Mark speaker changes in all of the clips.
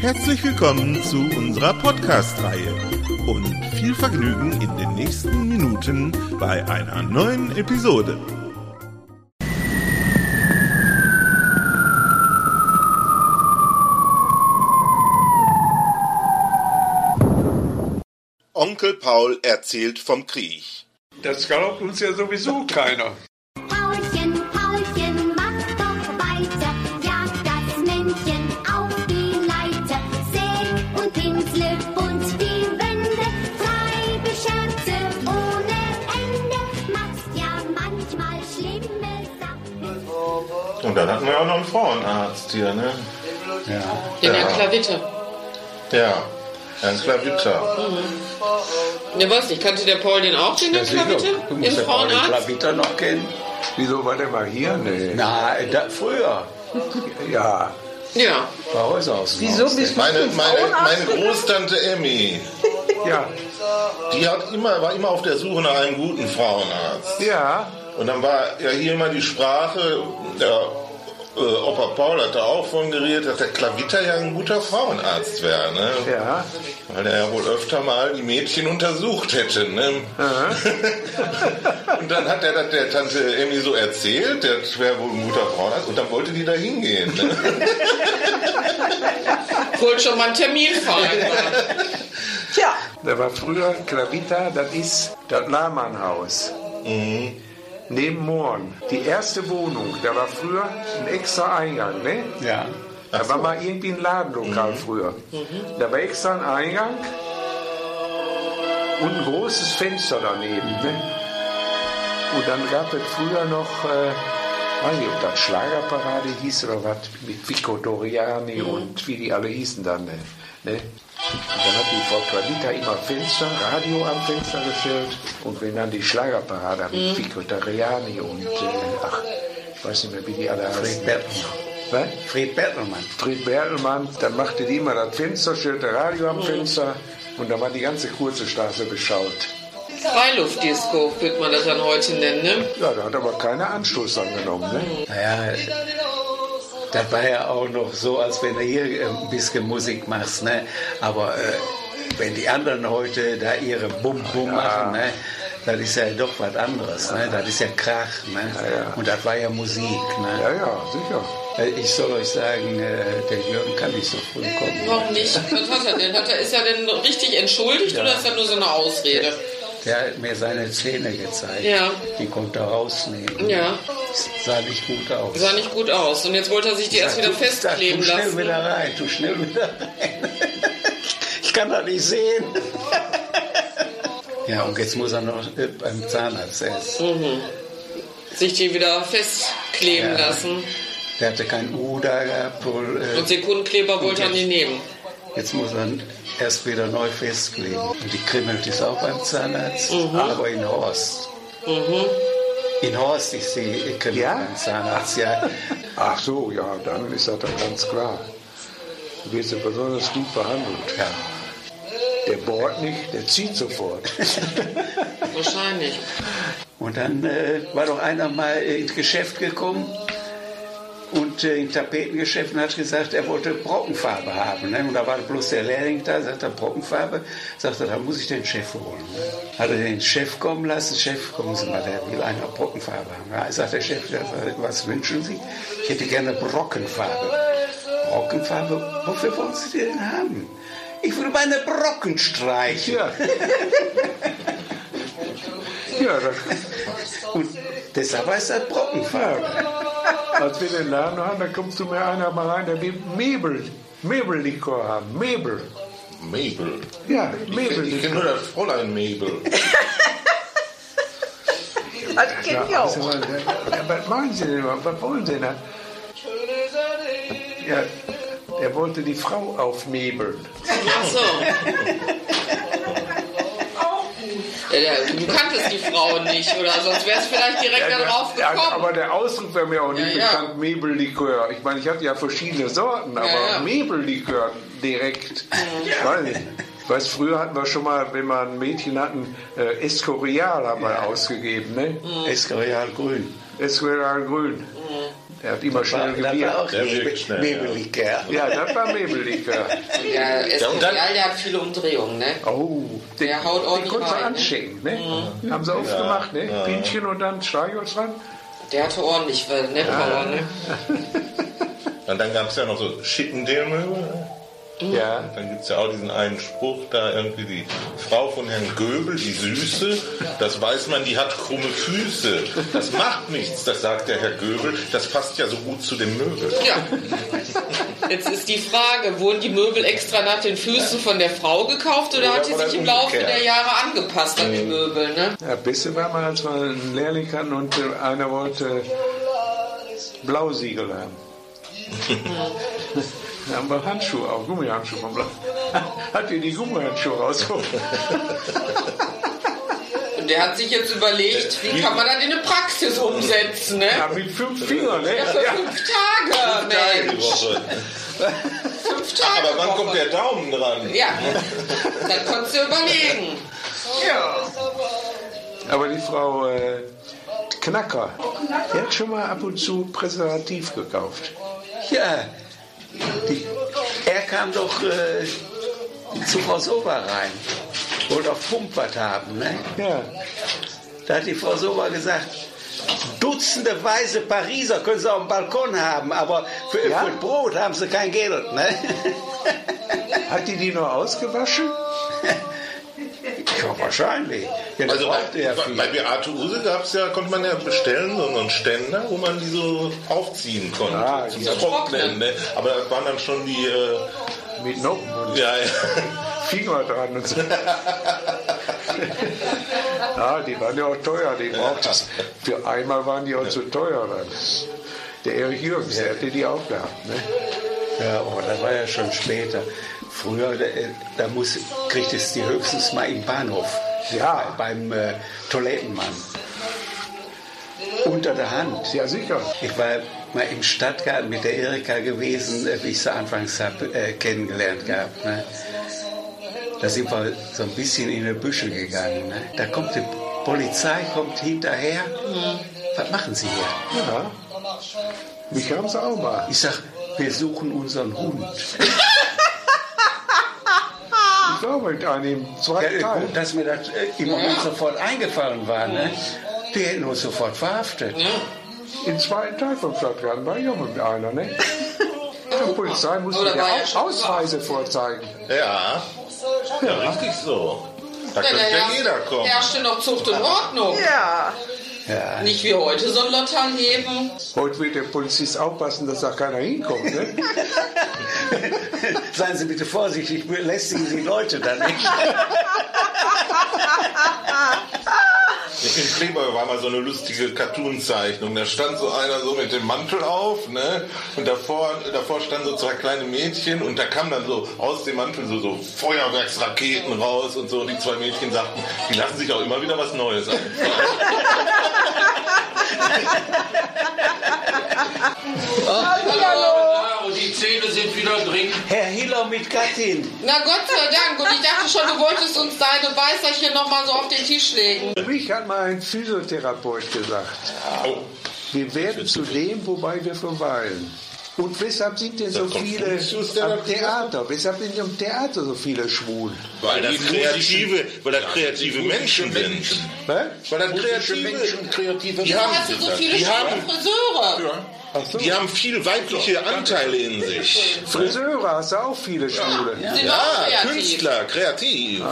Speaker 1: Herzlich willkommen zu unserer Podcast-Reihe und viel Vergnügen in den nächsten Minuten bei einer neuen Episode. Onkel Paul erzählt vom Krieg.
Speaker 2: Das glaubt uns ja sowieso keiner.
Speaker 3: Paulchen, Paulchen, mach doch weiter, jag das Männchen auf die Leiter, säg und pinsle bunt die Wände, treibe Scherze ohne Ende, machst ja manchmal schlimme Sachen.
Speaker 1: Und dann hatten wir auch noch einen Frauenarzt hier, ne?
Speaker 4: Den Herrn Klavitte.
Speaker 1: Ja, Herrn Klavitta.
Speaker 4: Ne, weiß nicht, kannte der Paul den auch, den Herrn Klavitte?
Speaker 2: Du
Speaker 4: Den
Speaker 2: musst ja auch den
Speaker 4: Frauenarzt?
Speaker 2: Klaviter noch kennen. äh, Wieso war der mal hier? Nee.
Speaker 5: Na, da, früher.
Speaker 2: Ja,
Speaker 4: Ja.
Speaker 2: bei Häuserhaus.
Speaker 6: Wieso bist du
Speaker 1: Meine,
Speaker 6: zum
Speaker 1: meine,
Speaker 6: Frauenarzt
Speaker 1: meine
Speaker 6: gegangen?
Speaker 1: Großtante Emmy,
Speaker 2: Ja,
Speaker 1: die hat immer, war immer auf der Suche nach einem guten Frauenarzt.
Speaker 2: ja.
Speaker 1: Und dann war ja hier immer die Sprache, der äh, Opa Paul hat da auch von geredet, dass der Klavitter ja ein guter Frauenarzt wäre, ne?
Speaker 2: Ja.
Speaker 1: Weil er ja wohl öfter mal die Mädchen untersucht hätte, ne? und dann hat er das der Tante Emmy so erzählt, der wäre wohl ein guter Frauenarzt, und dann wollte die da hingehen, ne?
Speaker 4: Wollte schon mal einen Termin vereinbaren.
Speaker 6: Tja,
Speaker 2: Da war früher Klavita, das ist das Lahmannhaus. Mhm. Neben Moorn. Die erste Wohnung, da war früher ein extra Eingang, ne?
Speaker 5: Ja.
Speaker 2: Da war mal irgendwie ein Ladenlokal früher. Da war extra ein Eingang und ein großes Fenster daneben. Ne? Und dann gab es früher noch, äh, weiß nicht, ob das Schlagerparade hieß oder was, mit Vico Doriani und wie die alle hießen dann. Ne? Ne? Und dann hat die Frau Qualita immer Fenster, Radio am Fenster gestellt. Und wenn dann die Schlagerparade mit Vico Doriani und, äh, ach, ich weiß nicht mehr, wie die alle heißen.
Speaker 5: Bertelmann.
Speaker 2: Was?
Speaker 5: Fred Bertelmann.
Speaker 2: Fred Bertelmann, dann machte die immer das Fenster, stellte Radio am Fenster und dann war die ganze kurze Straße beschaut.
Speaker 4: Freiluftdisco würde man das dann heute nennen, ne?
Speaker 2: Ja, da hat aber keiner Anstoß angenommen. Ne?
Speaker 5: Naja, das war ja auch noch so, als wenn du hier ein bisschen Musik machst, ne? Aber äh, wenn die anderen heute da ihre Bum-Bum machen, ne? Das ist ja doch was anderes, ne? Das ist ja Krach, ne?
Speaker 2: ja.
Speaker 5: Und das war ja Musik, ne?
Speaker 2: Ja, ja, sicher.
Speaker 5: Äh, Ich soll euch sagen, äh, der Jürgen kann nicht so früh kommen.
Speaker 4: Warum nicht? Was hat er denn? Hat er, ist er denn richtig entschuldigt oder ist er nur so eine Ausrede?
Speaker 5: Der hat mir seine Zähne gezeigt.
Speaker 4: Ja.
Speaker 5: Die konnte er rausnehmen.
Speaker 4: Ja.
Speaker 5: Sah nicht gut aus.
Speaker 4: Sah nicht gut aus. Und jetzt wollte er sich die erst wieder
Speaker 5: Tu-
Speaker 4: festkleben
Speaker 5: tu schnell
Speaker 4: lassen.
Speaker 5: wieder rein, tu schnell wieder rein. Ich kann das nicht sehen. Ja, und jetzt muss er noch äh, beim Zahnarzt essen.
Speaker 4: Mhm. Sich die wieder festkleben
Speaker 5: Ja.
Speaker 4: lassen.
Speaker 5: Der hatte kein U da gehabt. Wohl,
Speaker 4: Und
Speaker 5: äh,
Speaker 4: Sekundenkleber wollte er nicht nehmen.
Speaker 5: jetzt muss er erst wieder neu festlegen. Und die kribbelt ist auch beim Zahnarzt,
Speaker 4: Mhm.
Speaker 5: aber in Horst. In Horst ist die kribbelt
Speaker 2: Ja?
Speaker 5: beim Zahnarzt, ja.
Speaker 2: Ach so, ja, dann ist das doch ganz klar. Du wirst ja besonders gut behandelt.
Speaker 5: ja.
Speaker 2: Der bohrt nicht, der zieht sofort.
Speaker 4: Wahrscheinlich.
Speaker 5: Und dann äh, war doch einer mal äh, ins Geschäft gekommen und äh, in Tapetengeschäft und hat gesagt, er wollte Brockenfarbe haben. Ne? Und da war bloß der Lehrling da, sagt er, Brockenfarbe. Sagt er, da muss ich den Chef holen. Ne? Hat er den Chef kommen lassen, Chef, kommen Sie mal, der will einer Brockenfarbe haben. Ja, sagt der Chef, ja, was wünschen Sie? Ich hätte gerne Brockenfarbe. Brockenfarbe, wofür wollen Sie die denn haben? Ich will meine Brocken streichen.
Speaker 2: Ja. Ja, das,
Speaker 5: Und deshalb heißt das Brockenfarbe.
Speaker 2: als wir den Laden haben, da kommst du mir einer mal rein, der will Möbel, Möbellikor haben, Möbel.
Speaker 1: Mabel.
Speaker 2: Ja,
Speaker 1: Ich kenn- Ich
Speaker 2: Möbellikor.
Speaker 1: kenne nur das Fräulein Mabel.
Speaker 6: das kenn ich auch.
Speaker 2: Also, was machen Sie denn überhaupt? Was wollen Sie denn? Ja, der wollte die Frau aufnebeln.
Speaker 4: Ach so. Ja, der, du kanntest die Frau nicht, oder? Sonst wärst du vielleicht direkt da darauf
Speaker 2: Ja,
Speaker 4: gekommen.
Speaker 2: aber der Ausdruck wäre mir auch nicht
Speaker 4: Ja, ja.
Speaker 2: bekannt, Mebellikör. Ich meine, ich hatte ja verschiedene Sorten, aber
Speaker 4: ja.
Speaker 2: Mebellikör direkt. Ich weiß nicht. Ich weiß, früher hatten wir schon mal, wenn wir ein Mädchen hatten, äh, Escorial haben wir ausgegeben, ne?
Speaker 4: Mhm.
Speaker 5: Ist real grün.
Speaker 2: Escorial Grün.
Speaker 4: Mhm.
Speaker 2: Der hat immer schnell
Speaker 5: Das war auch
Speaker 2: gewirkt.
Speaker 1: Der wirkt schnell, genau. ja.
Speaker 5: Nebeliger.
Speaker 2: Ja, das war Mebellikör.
Speaker 4: ja,
Speaker 1: Ja,
Speaker 4: Esquivel,
Speaker 1: und dann-
Speaker 4: der hat viele Umdrehungen, ne?
Speaker 2: Oh, den,
Speaker 4: Der haut
Speaker 2: den
Speaker 4: ordentlich
Speaker 2: konnten wir
Speaker 4: rein, ne?
Speaker 2: anschenken, ne? Haben sie aufgemacht, ne? Pinchen und dann Streichholz dran.
Speaker 4: Der hatte ordentlich äh, ne, Power, ne?
Speaker 1: Und dann gab es ja noch so Schickendämme.
Speaker 2: Ja.
Speaker 1: Dann gibt es ja auch diesen einen Spruch da irgendwie, die Frau von Herrn Göbel, die Süße, das weiß man, die hat krumme Füße. Das macht nichts, das sagt der Herr Göbel. Das passt ja so gut zu dem Möbel.
Speaker 4: Ja. Jetzt ist die Frage, wurden die Möbel extra nach den Füßen von der Frau gekauft oder hat sie
Speaker 1: oder
Speaker 4: sich im Laufe
Speaker 1: umgekehrt.
Speaker 4: der Jahre angepasst an die
Speaker 2: Mhm.
Speaker 4: Möbel, ne?
Speaker 2: Ja, bisschen war man, als wir einen Lehrling hatten und äh, einer wollte Blausiegel haben. Dann haben wir Handschuhe auf, Gummihandschuhe vom Blau. Hat ihr die Gummihandschuhe rausgeholt?
Speaker 4: Und der hat sich jetzt überlegt, wie kann man das in eine Praxis umsetzen, ne?
Speaker 2: Äh, Ja, mit fünf Fingern, ne?
Speaker 4: Ja, für
Speaker 2: Ja.
Speaker 4: fünf Tage,
Speaker 1: Die
Speaker 4: Mensch.
Speaker 1: Woche.
Speaker 4: Fünf Tage.
Speaker 1: Aber wann
Speaker 4: Woche.
Speaker 1: kommt der Daumen dran?
Speaker 4: Ja, dann konntest du überlegen.
Speaker 2: Aber die Frau äh, Knacker, die hat schon mal ab und zu Präservativ gekauft.
Speaker 5: Ja, die, er kam doch äh, zu Frau Sober rein. Wollte auf Pump was haben, ne?
Speaker 2: Ja,
Speaker 5: Da hat die Frau Sober gesagt, Dutzende weiße Pariser können sie auf dem Balkon haben, aber für,
Speaker 2: Ja?
Speaker 5: für Brot haben sie kein Geld. Ne?
Speaker 2: hat die die nur ausgewaschen?
Speaker 5: ja, wahrscheinlich. Ja, das
Speaker 1: Also
Speaker 5: brauchte
Speaker 1: bei,
Speaker 5: ja viel.
Speaker 1: bei Beate Use gab's ja, konnte man ja bestellen, so einen Ständer, wo man die so aufziehen konnte.
Speaker 2: Ah,
Speaker 1: zum
Speaker 2: ja.
Speaker 1: Trocknen. Ne? Aber das waren dann schon die. Äh,
Speaker 2: Mit Noppen und
Speaker 1: ja, ja.
Speaker 2: Finger dran und so. ja, die waren ja auch teuer, die braucht es. Für einmal waren die auch zu teuer dann. Der Erich Jürgens, der hätte die auch gehabt. Ne?
Speaker 5: Ja, aber das war ja schon später. Früher, da, da muss, kriegt es die höchstens mal im Bahnhof.
Speaker 2: Ja.
Speaker 5: Bei, beim äh, Toilettenmann. Unter der Hand.
Speaker 2: Ja, sicher.
Speaker 5: Ich war mal im Stadtgarten mit der Erika gewesen, äh, wie ich sie anfangs hab, äh, kennengelernt gehabt. Ne? Da sind wir so ein bisschen in die Büsche gegangen. Ne? Da kommt die Polizei, kommt hinterher. Was machen Sie hier?
Speaker 2: Ja. Mich haben sie auch mal.
Speaker 5: Ich sag, wir suchen unseren Hund.
Speaker 2: Ich glaube, mit einem zweiten
Speaker 5: Ja,
Speaker 2: Teil.
Speaker 5: Äh, gut, dass mir das äh, im Moment sofort eingefallen war. Ne? Die hätten uns sofort verhaftet.
Speaker 2: Im zweiten Teil vom Stadtgarten war ich auch mit einer, ne? Die Polizei musste
Speaker 4: Oder
Speaker 2: mir
Speaker 4: war ja
Speaker 2: Aus
Speaker 4: schon
Speaker 2: Ausweise vorzeigen.
Speaker 1: Ja. ja, richtig so. Da
Speaker 4: Ja,
Speaker 1: könnte ja
Speaker 4: herrscht-
Speaker 1: jeder kommen.
Speaker 4: herrschte noch Zucht und Ordnung.
Speaker 6: Ja.
Speaker 5: Ja.
Speaker 4: Nicht wie heute so ein Lotter heben.
Speaker 2: Heute wird der Polizist aufpassen, dass da keiner hinkommt, ne?
Speaker 5: Seien Sie bitte vorsichtig, belästigen Sie die Leute dann nicht.
Speaker 1: In Playboy war mal so eine lustige Cartoon-Zeichnung. Da stand so einer so mit dem Mantel auf, ne? Und davor, davor standen so zwei kleine Mädchen und da kam dann so aus dem Mantel so, so Feuerwerksraketen raus und so. Und die zwei Mädchen sagten, die lassen sich auch immer wieder was Neues einfallen.
Speaker 7: Euro, die Zähne sind wieder drin.
Speaker 5: Herr Hiller mit Gattin.
Speaker 4: Na Gott sei Dank. Und ich dachte schon, du wolltest uns deine Weißerchen nochmal so auf den Tisch legen.
Speaker 2: Mich hat mal ein Physiotherapeut gesagt.
Speaker 1: Au.
Speaker 2: Wir werden zu dem, wobei wir verweilen. Und weshalb sind denn so
Speaker 1: kommt
Speaker 2: viele
Speaker 1: Lucius, der
Speaker 2: am
Speaker 1: da-
Speaker 2: Theater? Weshalb sind im Theater so viele schwul?
Speaker 1: Weil das
Speaker 7: Die
Speaker 1: kreative, weil das kreative Menschen sind.
Speaker 2: Hä?
Speaker 1: Weil das kreative,
Speaker 7: Menschen, kreative
Speaker 1: die
Speaker 4: Du
Speaker 1: haben,
Speaker 4: hast du so viele
Speaker 1: die
Speaker 4: schöne
Speaker 1: haben,
Speaker 4: Friseure.
Speaker 1: die haben viel weibliche Anteile in sich.
Speaker 2: Friseure hast du auch viele Schwule.
Speaker 4: Sind auch
Speaker 1: Ja,
Speaker 4: kreativ.
Speaker 1: Künstler, kreativ.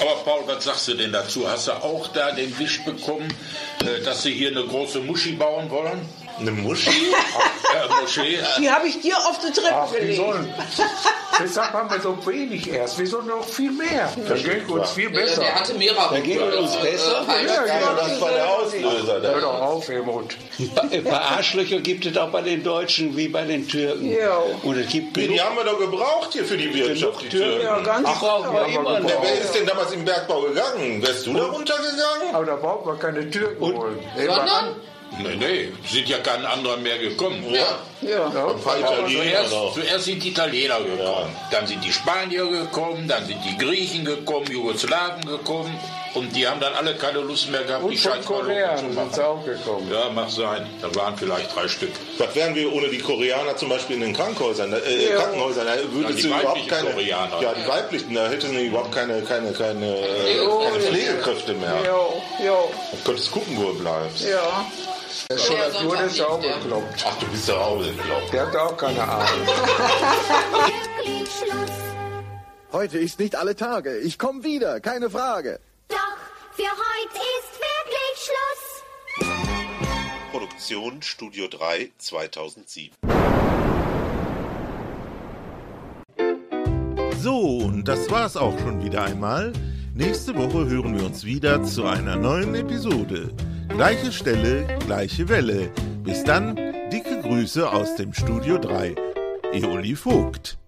Speaker 7: Aber Paul, was sagst du denn dazu? Hast du auch da den Wisch bekommen, äh, dass sie hier eine große Muschi bauen wollen?
Speaker 1: Eine Muschi?
Speaker 7: Äh, Moschee? äh,
Speaker 6: Die habe ich dir auf die Treppe
Speaker 2: Ach, wir
Speaker 6: gelegt.
Speaker 2: sollen. Weshalb haben wir so wenig erst? Wir sollen noch viel mehr. Dann geht uns viel
Speaker 4: Der,
Speaker 2: besser.
Speaker 4: der hatte mehrere.
Speaker 5: Da geht es uns besser.
Speaker 4: Äh,
Speaker 1: Ja, das war der Auslöser. ne? Schweizer
Speaker 2: Hör
Speaker 1: da.
Speaker 2: doch auf, Helmut.
Speaker 5: Ein paar Arschlöcher gibt es auch bei den Deutschen wie bei den Türken.
Speaker 6: Ja.
Speaker 5: Und es gibt
Speaker 1: Die
Speaker 5: genug,
Speaker 1: haben wir doch gebraucht hier für die Wirtschaft, die
Speaker 5: Türken.
Speaker 1: Türken.
Speaker 6: Ja, ganz genau.
Speaker 5: Ach, brauchen wir immer noch.
Speaker 1: Wer ist denn damals im Bergbau gegangen? Wärst du da runtergegangen?
Speaker 2: Aber da braucht man keine Türken holen. Nehmen wir an,
Speaker 4: Sondern?
Speaker 7: Nee, nee, sind ja kein anderer mehr gekommen.
Speaker 1: Ja,
Speaker 6: Ja.
Speaker 1: ein paar Italiener
Speaker 7: Zuerst,
Speaker 1: noch.
Speaker 7: zuerst sind die Italiener gekommen, dann sind die Spanier gekommen, dann sind die Griechen gekommen, Jugoslawen gekommen und die haben dann alle keine Lust mehr gehabt,
Speaker 2: Und
Speaker 7: die
Speaker 2: von
Speaker 7: Scheißballon
Speaker 2: Korea
Speaker 7: zu
Speaker 2: sind
Speaker 7: machen.
Speaker 2: sie auch gekommen.
Speaker 7: Ja, mag sein. Da waren vielleicht drei Stück.
Speaker 1: Was wären wir ohne die Koreaner zum Beispiel in den Krankenhäusern? Äh, Krankenhäusern, da
Speaker 7: Ja, die
Speaker 1: würdest du
Speaker 7: weiblichen
Speaker 1: überhaupt keine.
Speaker 7: Koreaner.
Speaker 1: Ja, die weiblichen, da hätten sie überhaupt keine, keine, keine, äh,
Speaker 4: Jo,
Speaker 1: keine
Speaker 4: ja.
Speaker 1: Pflegekräfte mehr.
Speaker 6: Ja, ja,
Speaker 1: Du könntest gucken, wo du bleibst.
Speaker 6: ja.
Speaker 2: Der Schiller
Speaker 4: sonst
Speaker 2: wurde
Speaker 4: auch nicht,
Speaker 2: sauber
Speaker 4: ja.
Speaker 2: gekloppt.
Speaker 1: Ach, du bist ja auch geglaubt.
Speaker 2: Der hat auch keine Ahnung.
Speaker 3: Glücklich Schluss.
Speaker 8: Heute ist nicht alle Tage. Ich komme wieder, keine Frage.
Speaker 3: Doch für heute ist wirklich Schluss.
Speaker 9: Produktion Studio 3 2007.
Speaker 10: So, und das war's auch schon wieder einmal. Nächste Woche hören wir uns wieder zu einer neuen Episode. Gleiche Stelle, gleiche Welle. Bis dann, dicke Grüße aus dem Studio 3. Eoli Vogt.